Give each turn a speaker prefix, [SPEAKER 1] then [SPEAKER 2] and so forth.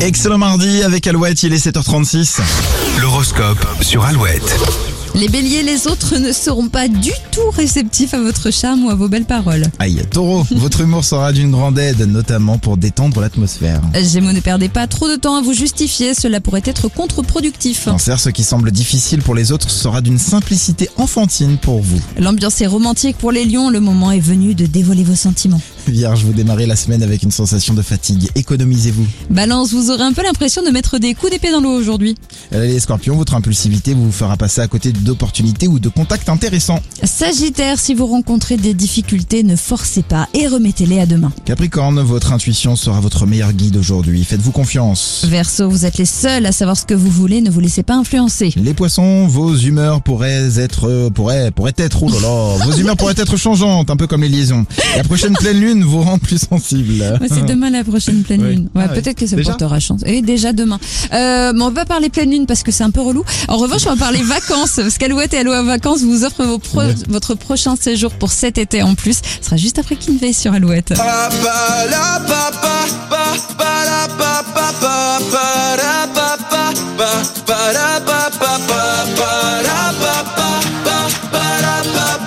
[SPEAKER 1] Excellent mardi avec Alouette, il est 7h36.
[SPEAKER 2] L'horoscope sur Alouette.
[SPEAKER 3] Les béliers, les autres ne seront pas du tout réceptifs à votre charme ou à vos belles paroles.
[SPEAKER 1] Aïe, taureau, votre humour sera d'une grande aide, notamment pour détendre l'atmosphère.
[SPEAKER 3] Gémeaux, ne perdez pas trop de temps à vous justifier, cela pourrait être contre-productif.
[SPEAKER 1] Cancer, ce qui semble difficile pour les autres sera d'une simplicité enfantine pour vous.
[SPEAKER 3] L'ambiance est romantique pour les lions, le moment est venu de dévoiler vos sentiments.
[SPEAKER 1] Vierge, vous démarrez la semaine avec une sensation de fatigue, économisez-vous.
[SPEAKER 3] Balance, vous aurez un peu l'impression de mettre des coups d'épée dans l'eau aujourd'hui.
[SPEAKER 1] Euh, Les scorpions, votre impulsivité vous fera passer à côté d'opportunités ou de contacts intéressants.
[SPEAKER 3] Sagittaire, si vous rencontrez des difficultés, ne forcez pas et remettez-les à demain.
[SPEAKER 1] Capricorne, votre intuition sera votre meilleur guide aujourd'hui, faites-vous confiance.
[SPEAKER 3] Verseau, vous êtes les seuls à savoir ce que vous voulez, ne vous laissez pas influencer.
[SPEAKER 1] Les poissons, vos humeurs pourraient être, euh, pourraient, pourraient être, oh là là, vos humeurs pourraient être changeantes, un peu comme les liaisons. La prochaine pleine lune vous rend plus sensible.
[SPEAKER 3] Ouais, c'est demain la prochaine pleine
[SPEAKER 1] euh, Oui.
[SPEAKER 3] lune. Ouais,
[SPEAKER 1] Ah oui.
[SPEAKER 3] peut-être que ça
[SPEAKER 1] Déjà
[SPEAKER 3] portera chance. Et déjà demain. Euh, mais on va pas parler pleine lune parce que c'est un peu relou. En revanche, on va parler vacances. Parce qu'Alouette et Allo à vacances vous offrent vos pro-
[SPEAKER 1] Ouais.
[SPEAKER 3] votre prochain séjour pour cet été en plus. Ce sera juste après Kinvey sur Alouette.
[SPEAKER 4] Papa la papa papa la papa papa para papa papa para papa